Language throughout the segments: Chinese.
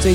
最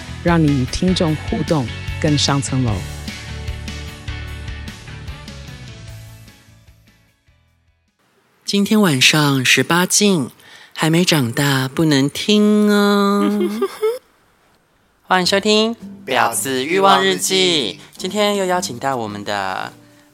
让你与听众互动更上层楼。今天晚上十八禁，还没长大不能听哦。 欢迎收听《婊子欲望日记》，今天又邀请到我们的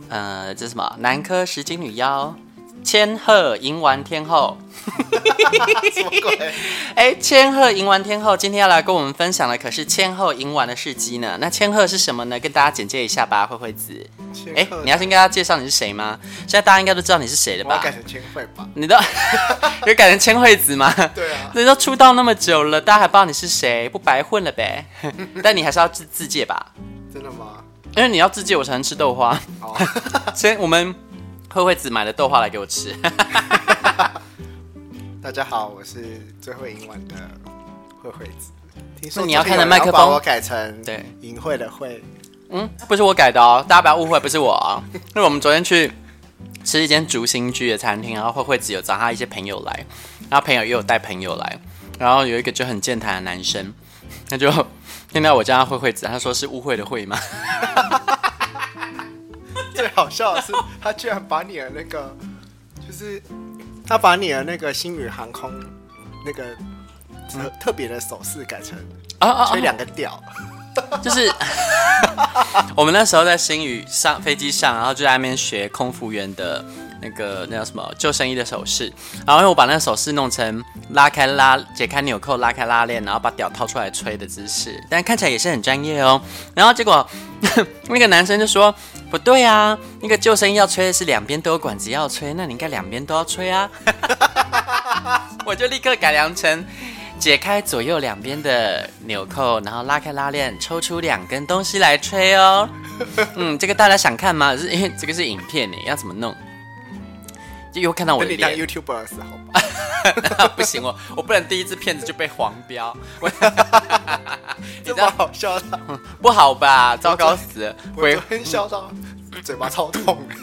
呃，这是什么男科十金女妖千鹤银丸天后。 什么鬼？哎，千鹤银丸天后今天要来跟我们分享的可是千鹤银丸的事迹呢。那千鹤是什么呢？跟大家简介一下吧，慧慧子。哎，你要先跟大家介绍你是谁吗？现在大家应该都知道你是谁了我要吧？改成千惠吧？ 你都有改成千惠子吗？对啊，你都出道那么久了，大家还不知道你是谁，不白混了 呗？但你还是要自自介吧，真的吗？因为你要自介，我才能吃豆 花。好，啊所以我们慧慧子买了豆花来给我吃。 大家好，我是最会英文的慧慧子。听说那你要最看着近有人麦克把风我改成对淫秽的慧，嗯，不是我改的哦，大家不要误会，不是我、哦。因为我们昨天去吃一间竹心居的餐厅，然后慧慧子有找她一些朋友来，然后朋友也有带朋友来，然后有一个就很健谈的男生，他就听到我叫他慧慧子，他说是误会的会吗？ 最好笑的是， 他居然把你的那个，就是他把你的那个星宇航空那个特、嗯特别的手势改成啊啊吹两个屌，就是 我们那时候在新宇上飞机上，然后就在那边学空服员的那个那叫什么救生衣的手势，然后因为我把那个手势弄成拉开拉解开纽扣、拉开拉链，然后把屌掏出来吹的姿势，但看起来也是很专业哦。然后结果 那个男生就说：“不对啊，那个救生衣要吹的是两边都有管子要吹，那你应该两边都要吹啊。” 我就立刻改良成解开左右两边的纽扣，然后拉开拉链，抽出两根东西来吹 哦。嗯，这个大家想看吗？是因为这个是影片呢，要怎么弄？就又看到我啊等的你当脸， YouTuber 的时候吧， 不行我我不能第一支片子就被黄标，我你知这么道好笑的，不好吧？糟糕死了！我回昨天笑到嘴巴超痛的。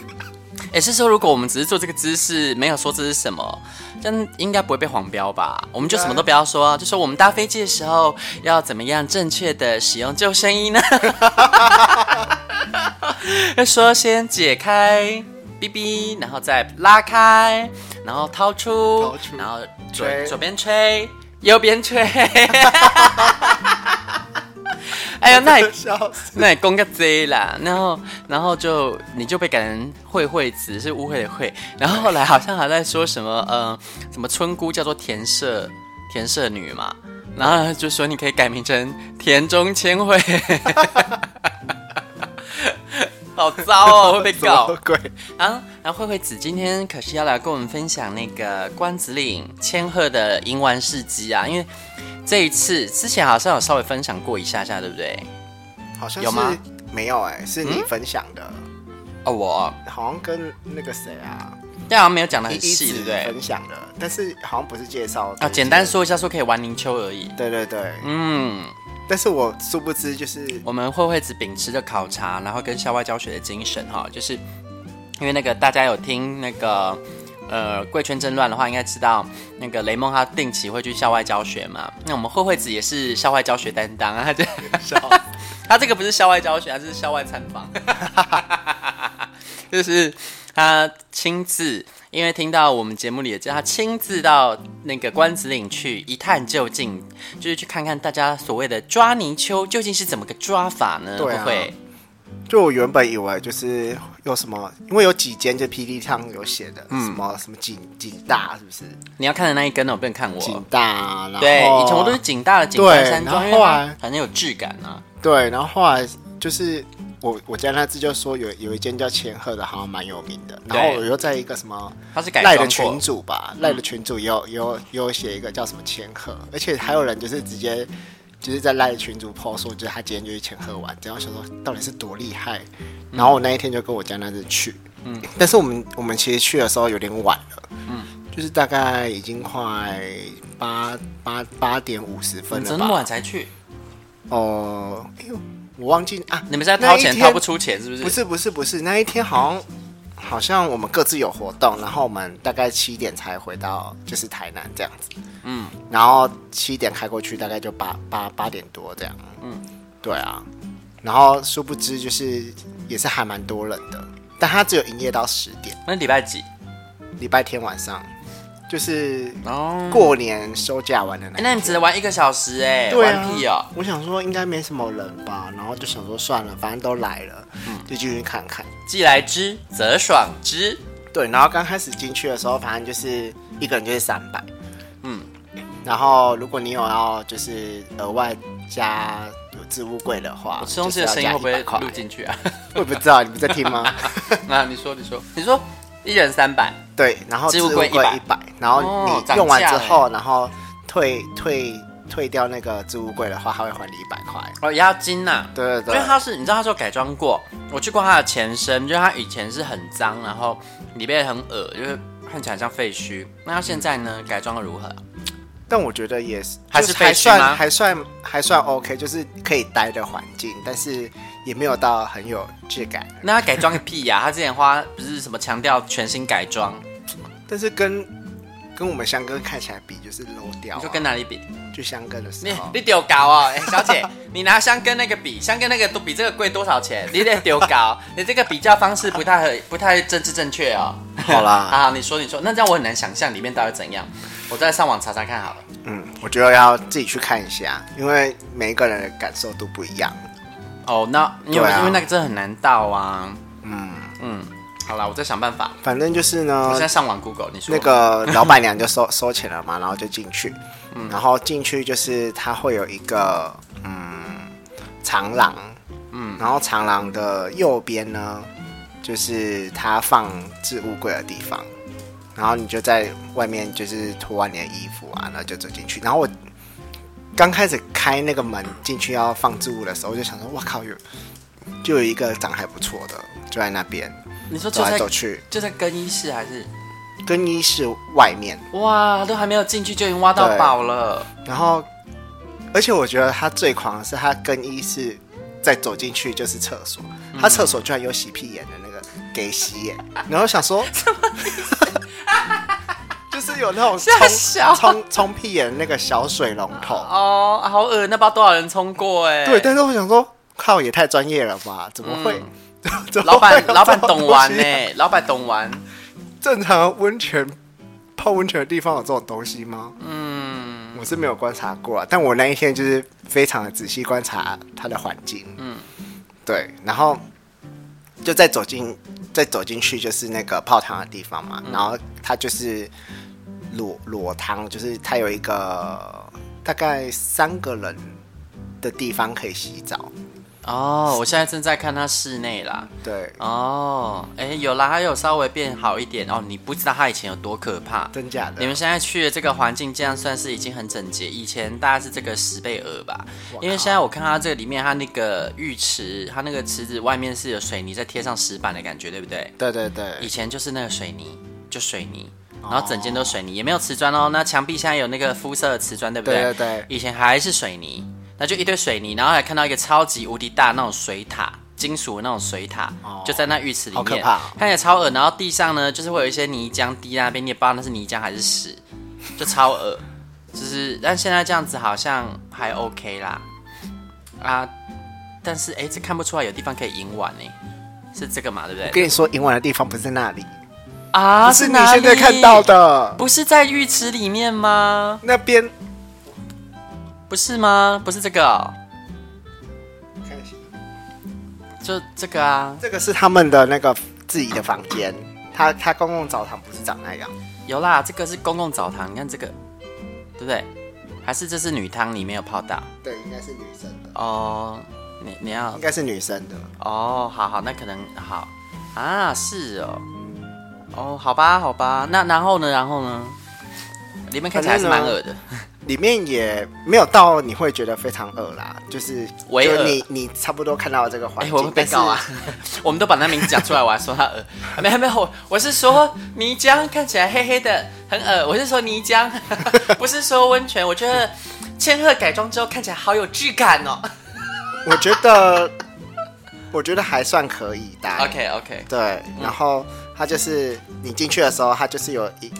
也是说，如果我们只是做这个姿势，没有说这是什么，真应该不会被黄标吧？我们就什么都不要说，啊就说我们搭飞机的时候要怎么样正确的使用救生衣呢？ 要说先解开 B B，然后再拉开，然后掏出，掏出然后左吹左边吹，右边吹。 哎呀， 那也笑死！ 那也公个贼啦，然后然后就你就被改成慧慧子，是误会的慧。然后后来好像还在说什么，呃，什么村姑叫做田舍田舍女嘛，然后就说你可以改名成田中千惠， 好糟哦，会被什么告。 鬼？啊，然后慧慧子今天可是要来跟我们分享那个关子岭千鹤的银丸事迹啊，因为这一次之前好像有稍微分享过一下下，对不对？好像有是吗嗯没有哎、是你分享的，哦，我好像跟那个谁啊，但好像没有讲的一很一细，直对不对？分享的，但是好像不是介绍啊，简单，说一下，说可以玩泥鳅而已。对对对。嗯，但是我殊不知，就是 我们慧慧子秉持着考察，然后跟校外教学的精神哈，就是因为那个大家有听那个呃贵圈争乱的话，应该知道那个雷蒙他定期会去校外教学嘛。那我们慧慧子也是校外教学担当啊， 他这他这个不是校外教学，他是校外参访， 就是他亲自。因为听到我们节目里的介绍，他亲自到那个关子岭去一探究竟，就是去看看大家所谓的抓泥鳅究竟是怎么个抓法呢？对会啊不会就我原本以为就是有什么，因为有几间就 P D 上有写的，嗯什么什么景景大是不是？你要看的那一根哦，不能看我。景大啊，然后对，以前我都是井大的井对冈山庄，然后因为后它来反正有质感啊。对，然后后来就是我我家那次就说有有一间叫千鹤的，好像蛮有名的，然后对我又在一个什么它是改赖装的过嗯群主吧，赖的群主也有也有也有写一个叫什么千鹤，而且还有人就是直接就是在赖群主 po 说，就是他今天就是钱喝完，这样我想说到底是多厉害。嗯然后我那一天就跟我家那子去，嗯，但是我们我们其实去的时候有点晚了，嗯，就是大概已经快八八八点五十分你怎了么那么吧？晚才去？哦、哎呦，我忘记啊，你们是在那掏一钱天掏不出钱是不是？不，是不是不是，那一天好像好像我们各自有活动，然后我们大概七点才回到就是台南这样子，嗯，然后七点开过去，大概就八八八点多这样，嗯，对啊，然后殊不知就是也是还蛮多人的，但他只有营业到十点，那礼拜几？礼拜天晚上就是哦，过年休假完的那哎一那你天。们只能玩一个小时哎、对啊玩屁哦、我想说应该没什么人吧，然后就想说算了，反正都来了，嗯就进去看看。既来之，则爽之。对，然后刚开始进去的时候，反正就是一个人就是三百，嗯嗯，然后如果你有要就是额外加有置物柜的话，我吃东西的啊就是声音会要加不会100块录进去啊？ 我也不知道，你不在听吗？那你说，你说，你说，一人三百，对，然后置置物物柜柜100一百，然后哦涨你用完价之了后，然后退退退掉那个置物柜的话，他会还你一百块。哦，也要金呐、对因对为对，它是，你知道它是有改装过，我去过它的前身，就是它以前是很脏，然后里面很恶，就是看起来像废墟。那它现在嗯呢，改装的如何？但我觉得也是，还就是废还墟吗算还算还算 OK，就是可以待的环境，但是也没有到很有质感。那它改装个屁呀、它之前花不是什么强调全新改装，但是跟跟我们香根看起来比，就是 low 掉、你啊。说跟哪里比？去香根的时你候你，丢高哦， 哎、小姐，你拿香跟那个比，香跟那个都比这个贵多少钱？你得丢高， 你这个比较方式不太合不太政治正确哦。好 啦，啊，你说你说，那这样我很难想象里面到底怎样。我再上网查查看好了。嗯，我觉得要自己去看一下，因为每一个人的感受都不一样。哦，那因为、对啊因为那个真的很难到啊。嗯，嗯，好啦，我再想办法。反正就是我呢现在，上网 Google，你说那个老板娘就收 收钱了嘛，然后就进去，然后进去就是它会有一个嗯长廊，嗯，然后长廊的右边呢，就是它放置物柜的地方，然后你就在外面就是脱完你的衣服啊，然后就走进去，然后我。刚开始开那个门进去要放置物的时候，我就想说，哇靠，有就有一个长得还不错的，就在那边你说走就来在走去，就在更衣室还是？更衣室外面，哇，都还没有进去就已经挖到对宝了。然后，而且我觉得他最狂的是他更衣室再走进去就是厕所，嗯他厕所居然有洗屁眼的那个给洗眼，然后想说，就是有那种吓小冲冲冲屁眼的那个小水龙头，哦，好恶，那不知道多少人冲过哎、对，但是我想说，靠，也太专业了吧？怎么会？ 怎嗯么老会板有这种老板懂玩东呢、西啊老板懂玩。正常的温泉泡温泉的地方有这种东西吗？嗯，我是没有观察过啊，但我那一天就是非常的仔细观察它的环境，嗯嗯，对，然后就再走进再走进去就是那个泡汤的地方嗯嘛，然后它就是裸裸汤，就是它有一个大概三个人的地方可以洗澡，哦，我现在正在看他室内啦。对，哦，哎、有啦，他有稍微变好一点哦。你不知道他以前有多可怕。真假的，你们现在去的这个环境，这样算是已经很整洁。以前大概是这个十倍额吧，我靠因为现在我看它这个里面，它那个浴池，它那个池子外面是有水泥再贴上石板的感觉，对不对？对对以对，嗯哦前就是那个水泥，就水泥，然后整间都水泥，也没有瓷砖哦。那墙壁现在有那个肤色的瓷砖，对不对？对对对以前还是水泥，那就一堆水泥，然后还看到一个超级无敌大那种水塔。金属的那种水塔、哦就在那浴池里面，好可怕哦看起来超恶。然后地上呢，就是会有一些泥浆滴在那边，你也不知道那是泥浆还是屎，就超恶。 就是，但现在这样子好像还 OK 啦，啊，但是哎、这看不出来有地方可以引碗呢、是这个嘛，对不对？跟你说，英文的地方不是那里，啊，不是你哪现在里看到，的不是在浴池里面吗？那边，不是吗？不是这个哦、看一下就这个啊，这个是他们的那个自己的房间，他他公共澡堂不是长那样。有啦，这个是公共澡堂，你看这个，对不对？还是这是女汤里面有泡到对，应该是女生的，哦？你你要应该是女生的。哦，好好，那可能好啊，是哦，哦，好吧，好吧，那然后呢？然后呢？里面看起来还是蛮恶的，里面也没有到你会觉得非常恶啦，就是唯就恶你你差不多看到这个哎、环境，我会被告啊！ 我们都把那名字讲出来，我还说他恶， 没有没有，我我是说泥浆看起来黑黑的，很恶。我是说泥浆， 不是说温泉。我觉得千鹤改装之后看起来好有质感 哦。但是我觉得 我觉得还算可以的。 OK 嗯 OK，对，然后它就是你进去的时候，它就是有一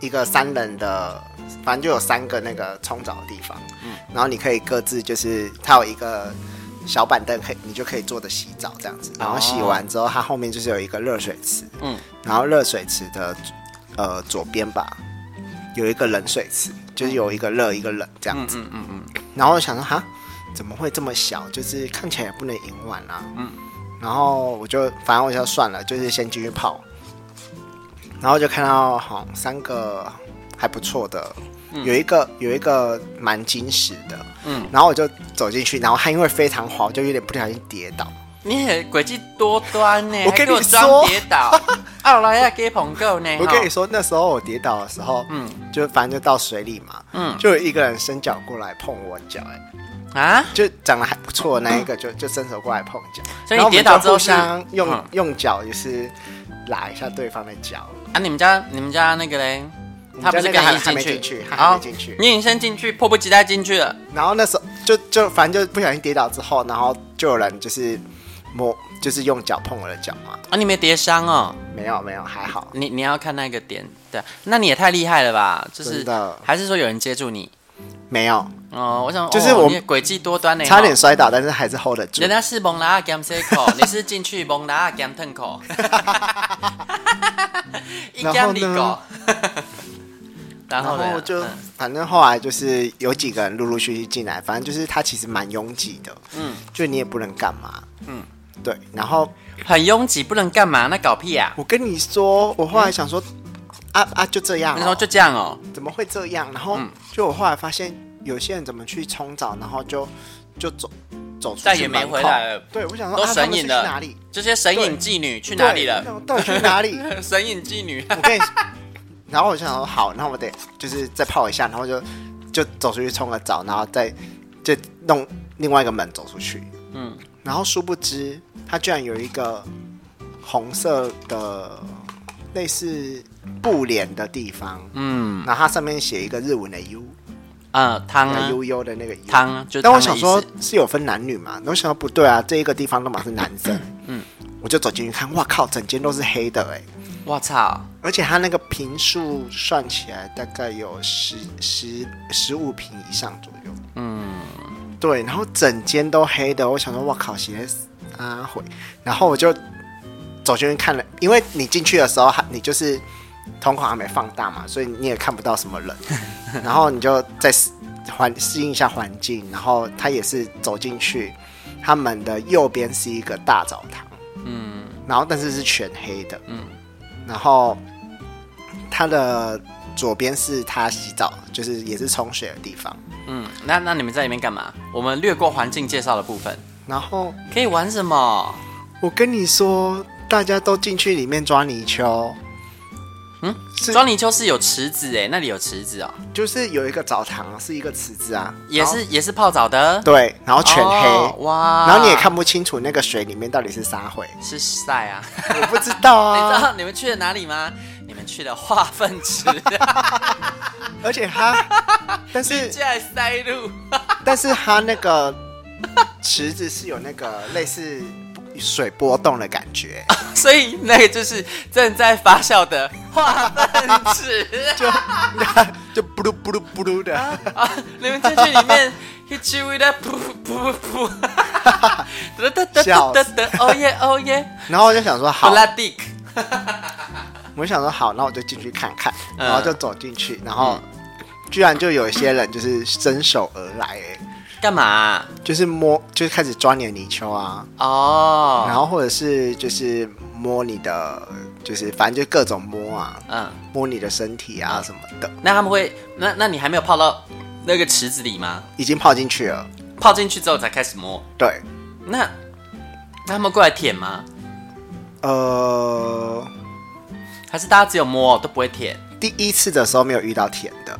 一个三人的，反正就有三个那个冲澡的地方，然后你可以各自就是它有一个小板凳，可以你就可以坐着洗澡这样子，然后洗完之后，它后面就是有一个热水池，哦嗯，然后热水池的呃左边吧有一个冷水池，就是有一个热一个冷这样子，嗯嗯嗯，然后我想说哈，怎么会这么小？就是看起来也不能赢完啊。嗯。然后我就反正我就算了，就是先继续泡。然后就看到好像三个还不错的，有一个有一个蛮金石的，嗯，然后我就走进去，然后他因为非常滑，我就有点不小心跌倒。你也诡计多端呢，我还跟给我你装说跌倒， 啊奥莱亚给捧够呢。我跟你哈说，那时候我跌倒的时候，嗯，就反正就到水里嘛，嗯就有一个人伸脚过来碰我脚、哎，啊，就长得还不错的那一个就，就伸手过来碰脚，嗯所以你然后我跌们倒就之后互是相用、嗯用脚就是拉一下对方的脚。啊，你们家你们家那个嘞，他不我们是跟家那个你还一还没起进去，还还好，没进去。你已经先进去，迫不及待进去了。然后那时候就就反正就不小心跌倒之后，然后就有人就是摸，就是用脚碰我的脚嘛。啊，你没跌伤哦。没有没有，还好。你你要看那个点，对，啊那你也太厉害了吧？就是真的还是说有人接住你？没有，哦，我想就是哦我你也诡计多端呢，差点哦。摔倒，但是还是 hold 得住人。家是蒙拉阿 gam 口， 你是进去蒙拉阿 gam 吞口，一 然 gam 后里呢 狗，然然后后呢就嗯反正后来就是有几个人陆陆续续进来，反正就是它其实蛮拥挤的，嗯，就你也不能干嘛，嗯，对。然后很拥挤，不能干嘛？那搞屁啊！我跟你说，我后来想说，啊啊，就这样、那哦，时候就嗯这样哦，怎么会这样？然后就我后来发现，有些人怎么去冲澡，然后就就走走出去再也没回来了。了，对，我想说，都啊他神们是隐去了。哪里？这些神隐妓女去哪里对了？我想到底去 哪里？神隐妓 女，我跟你，然后我就想说，好，那我得就是再泡一下，然后就就走出去冲个澡，然后再就弄另外一个门走出去。嗯，然后殊不知，它居然有一个红色的类似布帘的地方，嗯然后它上面写一个日文的 U，呃，汤那啊个，悠悠的那个 U。汤啊，就哎但我汤的想意说思，是有分男女嘛？然后我想说不对啊，这一个地方都满是男生。嗯，我就走进去看，哇靠，整间都是黑的哎、我操！而且它那个平数算起来大概有十十十五平以上左右。嗯，对，然后整间都黑的，我想说，哇靠，鞋啊毁！然后我就走进去看了，因为你进去的时候，还你就是瞳孔还没放大嘛，所以你也看不到什么 人。然后你就再适环适应一下环境，然后他也是走进去，他们的右边是一个大澡堂，嗯，然后但是是全黑的，嗯，然后他的左边是他洗澡，就是也是冲水的地方，嗯，那那你们在里面干嘛？我们略过环境介绍的部分，然后可以玩什么？我跟你说，大家都进去里面抓泥鳅，嗯，是庄泥鳅是有池子哎，那里有池子哦，就是有一个澡堂是一个池子啊，也然是也是泡澡的，后对，然后全黑。嗯哦哇，然后你也看不清楚那个水里面到底是啥灰，是晒啊，我不知道 你知啊。道你们去了哪里吗？你们去了化粪池， 而且它，但是竟然塞入，但是它那个池子是有那个类似水波动的感 觉，所以那个就是正在发酵的化粪池 就就布噜布噜布噜的。啊！你们进去里面，一去为了噗噗噗， 得得得得得得，哦耶哦耶，然后我就想说好， Black，我想说好，那我就进去看看，嗯然后就走进去，然后居然就有一些人就是伸手而来、欸，干嘛啊、就是摸，就是开始抓你的泥鳅啊，哦，然后或者是就是摸你的，就是反正就各种摸啊，嗯，摸你的身体啊什么的，那他们会，那那你还没有泡到那个池子里吗？已经泡进去了，泡进去之后才开始摸，对。那那他们过来舔吗？呃，还是大家只有摸都不会舔？ 第一次的时候没有遇到甜的，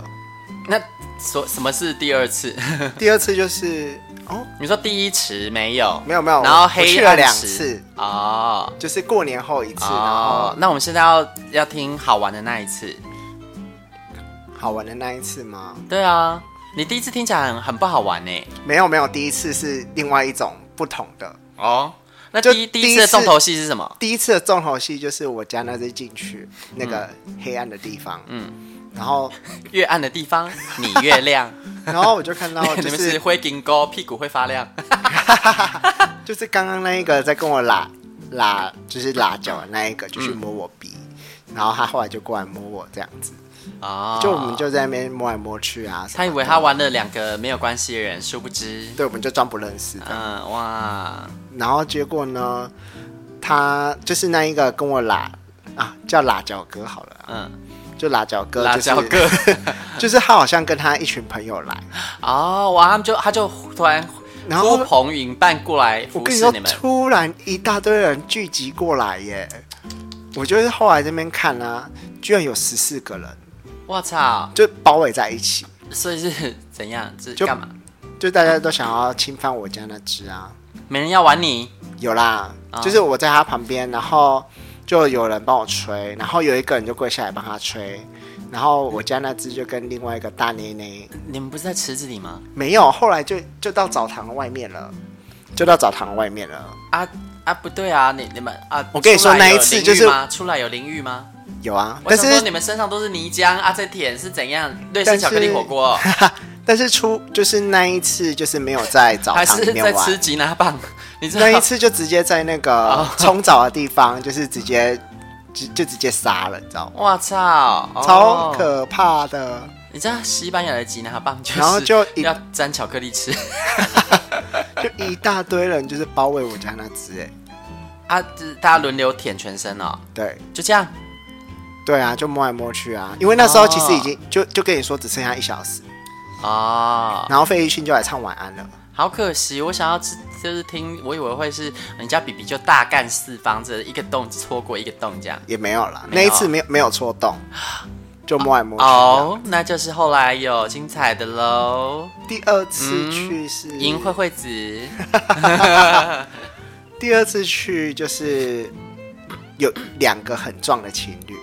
那所什么是第二次？ 第二次就是哦，你说第一池没有？没有没有，然后我黑去了暗两池次，哦就是过年后一次，然哦后，那我们现在要要听好玩的那一次。好玩的那一次吗？对啊，你第一次听起来很很不好玩欸呢。没有没有，第一次是另外一种不同的。哦，那就第一第第一一次的次重头戏是什么？第一次的重头戏就是我家那只进去嗯那个黑暗的地方，嗯，然后越暗的地方，你越 亮。然后我 就看到你就们是是会金钩，屁股会发 亮。就是刚刚那一个在跟我拉拉就是拉脚的那一个就嗯去摸我鼻，然后他后来就过来摸我这样子，哦，就我们就在那边摸来摸去啊什么的，他以为他玩了两个没有关系的人，殊不知，对，我们就装不认识的，嗯，哇，然后结果呢，他就是那一个跟我拉啊叫拉脚哥好了啊，嗯，就拉脚哥、辣呃就是，椒哥， 就是他好像跟他一群朋友来， 哦，哇，他们就他就突然然后呼朋引伴过来我服跟你侍说你，们，突然一大堆人聚集过来耶！我就是后来这边看啊，居然有十四个人我操，就包围在一起，所以是怎样？是就干嘛？就大家都想要侵犯我家那只啊。没人要玩你，有啦，啊就是我在他旁边，然后就有人帮我吹，然后有一个人就跪下来帮他吹，然后我家那只就跟另外一个大捏捏你们不是在池子里吗？没有，后来就就到澡堂外面了，就到澡堂外面了。啊啊，不对啊，你你们啊，我跟你说出来那一有次淋浴就是吗出来有淋浴吗？有啊，我但想说你是们身上都是泥浆啊，在舔是怎样？瑞士但是巧克力火锅、但是出就是那一次就是没有在澡还堂是里面在玩吃，哦吉拿棒？你知道 那一次就直接在那个冲澡的地方，就是直接就就直接杀了，你知道吗？哇操，哦超！可怕的！你知道西班牙的吉拿棒就是然后就一要沾巧克力吃 就一大堆人就是包围我家那只，哎，啊，就是大家轮流舔全身哦，对就这样。对啊，就摸来摸去啊。因为那时候其实已经就就跟你说只剩下一小时，哦，然后费玉清就来唱晚安了。好可惜，我想要吃，就是听，我以为会是人家比比就大干四方，这一个洞错过一个洞这样。也没有啦，没那有一次没有没有戳动，就摸来摸去。啊哦，那就是后来有精彩的喽，第二嗯次去是赢慧慧子，第二次去就是有两个很壮的情侣，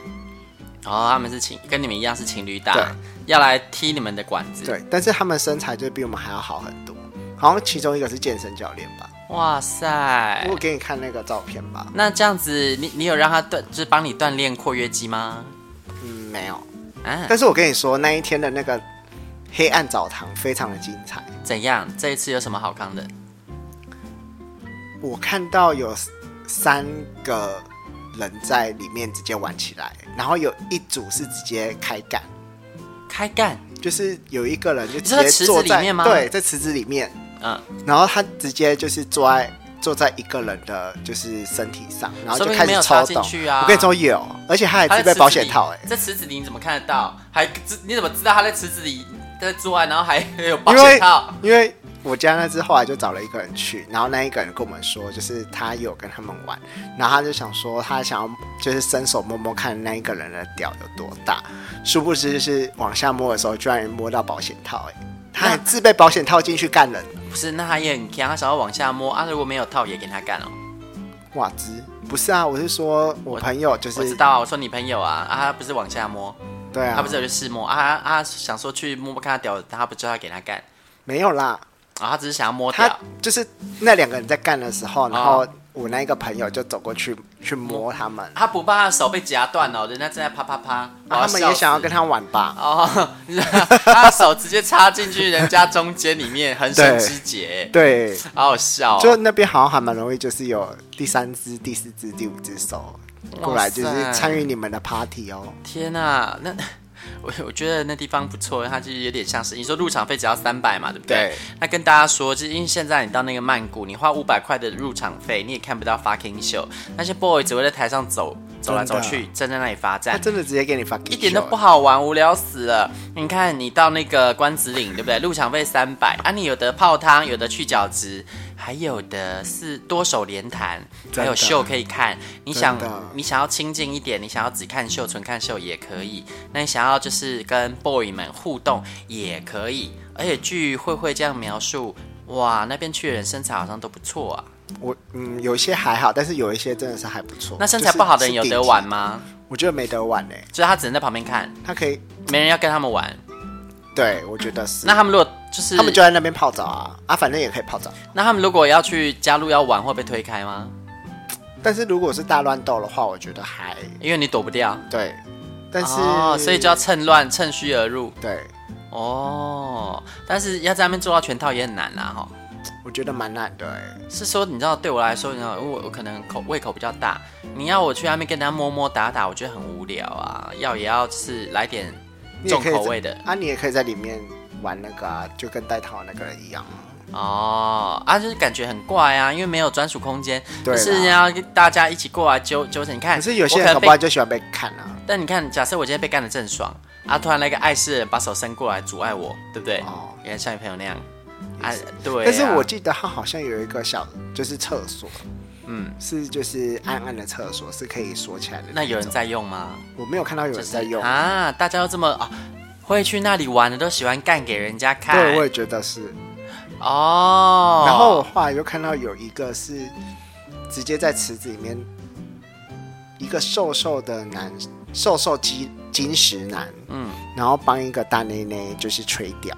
哦，他们是情跟你们一样是情侣对档，要来踢你们的管子。，对，但是他们身材就比我们还要好很多。好像其中一个是健身教练吧，哇塞我！给你看那个照片吧。那这样子，你你有让他锻，就是帮你锻炼括约肌吗？嗯，没有。啊，但是我跟你说，那一天的那个黑暗澡堂非常的精彩。怎样？这一次有什么好康的？我看到有三个人在里面直接玩起来，然后有一组是直接开干，开干，就是有一个人就你直说在接池坐子在里面吗对，在池子里面，嗯，然后他直接就是坐在坐在一个人的就是身体上，然后说就不定开没始有插抽进动。去啊我跟你说有，而且他还他自备在保险套、欸哎，在池子里你怎么看得到？还知你怎么知道他在池子里在做爱，然后还有保哎，因险为套？因为我家那只后来就找了一个人去，然后那一个人跟我们说，就是他有跟他们玩，然后他就想说他想要就是伸手摸摸看那一个人的屌有多大，殊不知就是往下摸的时候居然摸到保险套、哎，他还自备保险套进去干人，不是，那他也很强，他想要往下摸啊。如果没有套，也给他干哦。哇之。不是啊，我是说我朋友就我知是道啊，我说你朋友啊，啊，他不是往下摸，对啊，他不是有去试摸啊啊，啊想说去摸摸看他屌，他不知道要给他干，没有啦，然后他只是想要啊摸他屌。就是那两个人在干的时候，然后我那一个朋友就走过去去摸他们，他不怕他手被夹断哦，人家正在啪啪啪，我啊他们笑也死想要跟他玩吧？哦，你知道他的手直接插进去人家中间里面，横生枝节，对，好好笑哦、就那边好像还蛮容易，就是有第三只、第四只、第五只手过来，就是参与你们的 party 哦。天哪、那 我我觉得那地方不错，它就是有点像是你说入场费只要三百嘛，对不对？对那跟大家说，就是因为现在你到那个曼谷，你花五百块的入场费，你也看不到 fucking show，那些 boy 只会在台上走。走来走真的去，站在那里罚站他。真的直接给你发，哎一点都不好玩，无聊死了。你看，你到那个关子岭，对不对？入场费三百啊，你有的泡汤，有的去角质，还有的是多手联弹，还有秀可以看。你想真的，你想要清静一点，你想要只看秀、纯看秀也可以。那你想要就是跟 boy 们互动也可以。而且据慧慧这样描述，哇，那边去的人身材好像都不错啊。我嗯，有一些还好，但是有一些真的是还不错。那身材不好的人有得玩吗？吗？我觉得没得玩嘞、就是他只能在旁边看，他可以，没人要跟他们玩。对我觉得是。那他们如果就是他们就在那边泡澡啊，啊，反正也可以泡澡。那他们如果要去加入要玩，会被推开吗？但是如果是大乱斗的话，我觉得还因为你躲不掉。对，但是、哦，所以就要趁乱趁虚而入对，哦。但是要在那边做到全套也很难啦、哈。我觉得蛮难的哎、是说，你知道对我来说，你知道我我可能口胃口比较大，你要我去那边跟人家摸摸打打，我觉得很无聊啊。要也要就是来点你也重可以在口味的啊，你也可以在里面玩那个、啊，就跟带套那个人 一样啊。哦啊，就是感觉很怪啊，因为没有专属空间，对啦就是要大家一起过来纠纠缠。你看，可是有我些可人能搞被不好就喜欢被看啊。但你看，假设我今天被干得正爽，嗯啊，突然来个碍事的人把手伸过来阻碍我，对不对？哦也像你朋友那样，啊，对啊。但是我记得他好像有一个小，就是厕所，嗯，是就是暗暗的厕所，是可以锁起来的。那有人在用吗？我没有看到有人在用，啊，大家都这么啊，会去那里玩的都喜欢干给人家看。对，我也觉得是。哦。然后的话，又看到有一个是直接在池子里面，一个瘦瘦的男，瘦瘦肌金石男，嗯然后帮一个大内内就是吹掉，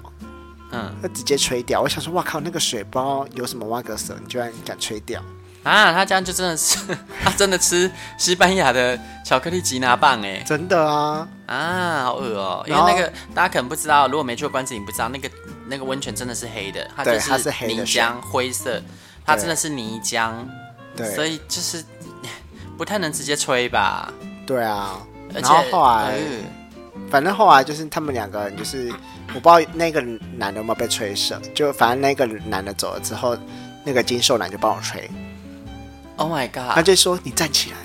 嗯他直接吹掉。我想说，哇靠，那个水包有什么挖个蛇，你居然敢吹掉？啊，他这样就真的是， 他真的吃西班牙的巧克力吉拿棒哎真的啊，啊，好恶哦、因为嗯然后那个大家可能不知道，如果没去过关子岭不知道，那个那个温泉真的是黑的，它就对它是黑的泥水浆灰色，它真的是泥浆，所对，以就是 不太能直接吹吧。对啊。而然且后后来，呃反正后来就是他们两个人，就是我不知道那个男的有没有被吹射，就反正那个男的走了之后，那个金瘦男就帮我吹， ，Oh my 他 god，就说你站起来，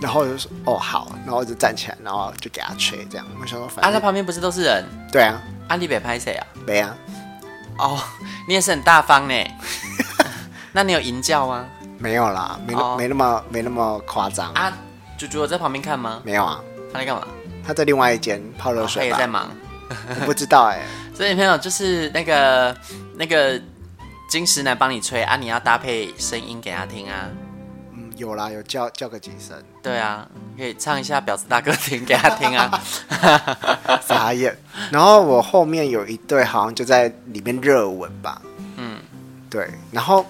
然后我就说哦好，然后我就站起来，然后就给他吹这样。我想说啊，反他正、旁边不是都是人？对啊，安利北拍谁啊？没啊，哦，你也是很大方呢。 那你有淫叫吗？没有啦，没那、哦没那么没那么夸张，啊，主主有在旁边看吗？没有啊，他在干嘛？他在另外一间泡哦热他水也吧，在忙。我不知道哎、所以朋友就是那个那个金石男帮你吹啊，你要搭配声音给他听啊。嗯，有啦，有叫叫个几声，对啊，可以唱一下《婊子大哥》听给他听啊。 傻眼。然后我后面有一对好像就在里面热吻吧，嗯，对，然后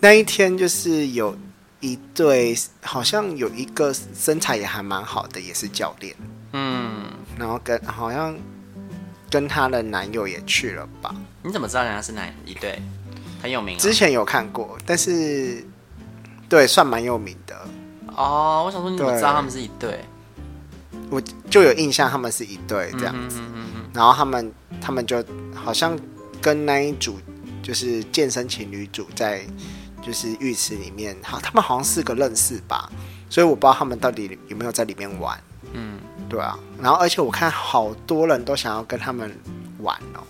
那一天就是有一对，好像有一个身材也还蛮好的，也是教练，嗯，然后跟好像跟她的男友也去了吧，你怎么知道人家是哪一对？很有名啊之前有看过，但是对算蛮有名的，哦。哦，我想说你怎么对知道他们是一对？我就有印象他们是一对这样子，嗯嗯嗯然后他们他们就好像跟那一组就是健身情侣组在就是浴池里面，好，他们好像是个认识吧，所以我不知道他们到底有没有在里面玩。嗯，对啊，然后而且我看好多人都想要跟他们玩哦，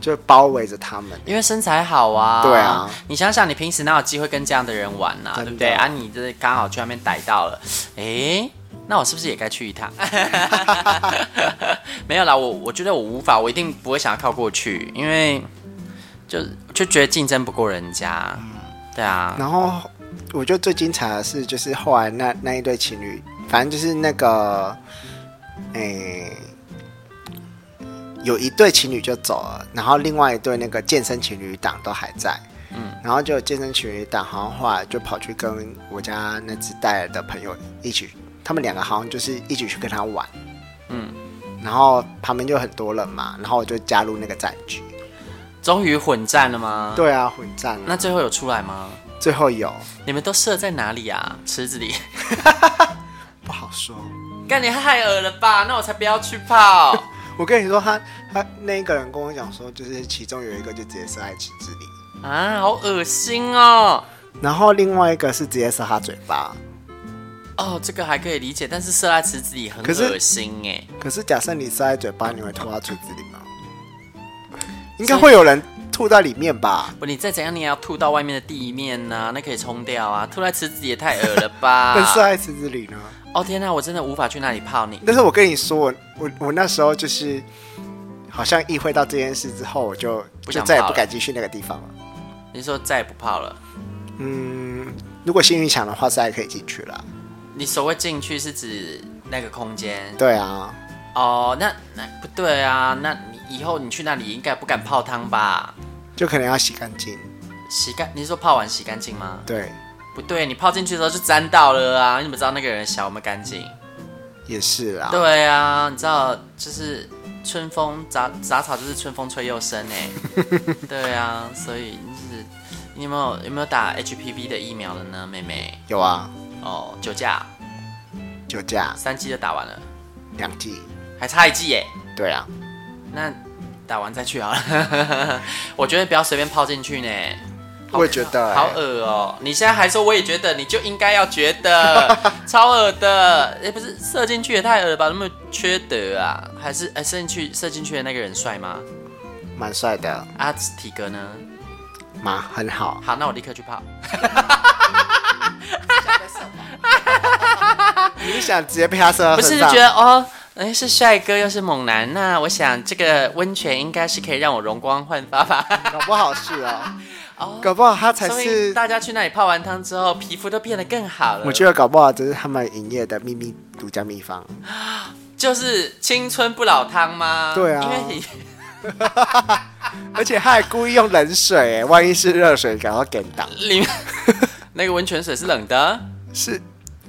就包围着他们。因为身材好啊。对啊，你想想，你平时哪有机会跟这样的人玩啊？真的对不对？啊，你这刚好去那边逮到了，诶，那我是不是也该去一趟？ 没有啦，我我觉得我无法，我一定不会想要靠过去，因为就就觉得竞争不过人家。嗯对啊，然后我觉得最精彩的是，就是后来那那一对情侣，反正就是那个，诶、有一对情侣就走了，然后另外一对那个健身情侣档都还在。嗯，然后就有健身情侣档，好像后来就跑去跟我家那只带来的朋友一起，他们两个好像就是一起去跟他玩。嗯，然后旁边就很多人嘛，然后我就加入那个战局。终于混战了吗？。对啊，混战啊。嗯那最后有出来吗？最后有你们都射在哪里啊？池子里？不好说。干你太恶了吧！那我才不要去泡。我跟你说，他他那个人跟我讲说，就是其中有一个就直接射在池子里，啊，好恶心哦！然后另外一个是直接射他嘴巴，哦，这个还可以理解，但是射在池子里很可是恶心哎。可是假设你塞在嘴巴，你会吐到嘴子里吗？应该会有人吐在里面吧？不，你再怎样，你也要吐到外面的地面呐、那可以冲掉啊。吐在池子里也太恶了 吧但！塞在池子里呢？哦天哪、我真的无法去那里泡你。但是我跟你说，我我我那时候就是好像意会到这件事之后，我就不就想再也泡不了敢继续那个地方了。你说再也不泡了，嗯，如果幸运想的话，塞可以进去啦。你所谓进去是指那个空间？对啊，哦，那那不对啊，那你以后你去那里应该不敢泡汤吧？就可能要洗干净。洗干，你是说泡完洗干净吗？对，不对，你泡进去的时候就沾到了啊！你怎么知道那个人小没干净？也是啦。对啊，你知道就是春风杂杂草就是春风吹又生哎、对啊，所以就是你有没有有没有打 HPV 的疫苗了呢，妹妹？有啊，哦，九价酒驾三剂都打完了，两剂。还差一剂耶、对啊，那打完再去好了。 我觉得不要随便泡进去呢。好我也觉得欸好恶哦、你现在还说我也觉得，你就应该要觉得超恶的。哎、不是射进去也太恶了吧？那么缺德啊？还是哎、射进去射进去的那个人帅吗？蛮帅的啊，体格呢？嘛，很好。好，那我立刻去泡。你是想直接被他射到不是身就上？觉得哦，哎、是帅哥又是猛男，那我想这个温泉应该是可以让我容光焕发吧。搞不好是哦， 哦，搞不好他才所是以。呃大家去那里泡完汤之后，皮肤都变得更好了。我觉得搞不好这是他们营业的秘密独家秘方。啊就是青春不老汤吗？对啊因为你而且他还故意用冷水，哎，万一是热水，搞到给倒。里面 那个温泉水是冷的，是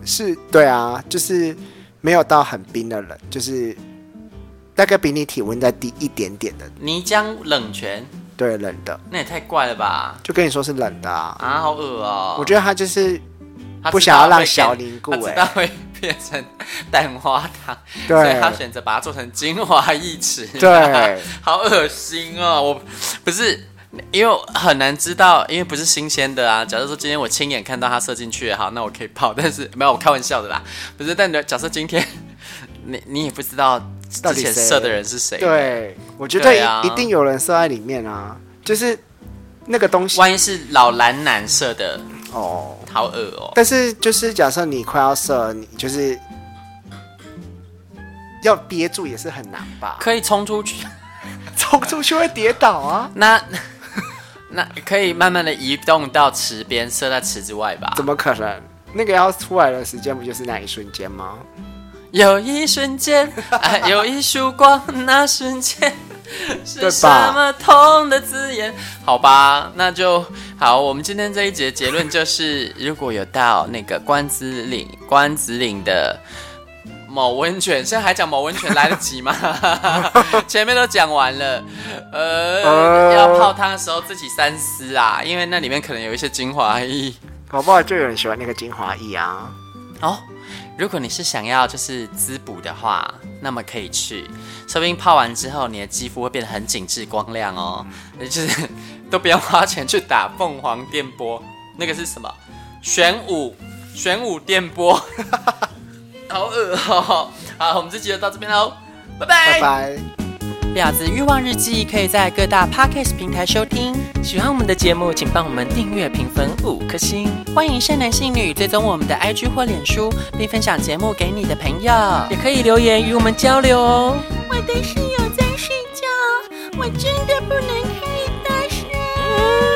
是，对啊，就是没有到很冰的冷，就是大概比你体温再低一点点的，泥浆冷泉，对，冷的，那也太怪了吧？就跟你说是冷的啊。啊，好恶哦、我觉得他就是他不知想道要让会小变凝固他欸知道会变成蛋花汤，对所以他选择把它做成精华一池，对， 好恶心哦！我不是。因为我很难知道，因为不是新鲜的啊。假如说今天我亲眼看到它射进去，好，那我可以泡。但是没有，我开玩笑的啦。不是，但假设今天你你也不知道到之底前谁射的人是谁，对，我觉得对一、啊一定有人射在里面啊，就是那个东西万一是老蓝男射的，哦。好恶哦、但是就是假设你快要射，你就是要憋住也是很难吧？可以冲出去，冲出去会跌倒啊？那 那可以慢慢的移动到池边，射在池子外吧。怎么可能？那个要出来的时间不就是那一瞬间吗？有一瞬 间，哎，有一束光，那瞬间是对吧什么痛的字眼？好吧，那就好。我们今天这一节结论就是，如果有到那个关子岭，关子岭的。某温泉，现在还讲某温泉来得及 吗？前面都讲完了，呃，呃要泡汤的时候自己三思啊，因为那里面可能有一些精华液。搞不好就有人喜欢那个精华液啊。哦，如果你是想要就是滋补的话，那么可以去，说不定泡完之后你的肌肤会变得很紧致光亮哦，就是都不用花钱去打凤凰电波，那个是什么？玄武玄武电波， 好恶哦！好，我们这集就到这边喽，拜拜拜。拜。婊子欲望日记可以在各大 podcast 平台收听。喜欢我们的节目，请帮我们订阅、评分五颗星。欢迎善男信女追踪我们的 IG 或脸书，并分享节目给你的朋友，也可以留言与我们交流哦。我的室友在睡觉，我真的不能开大声。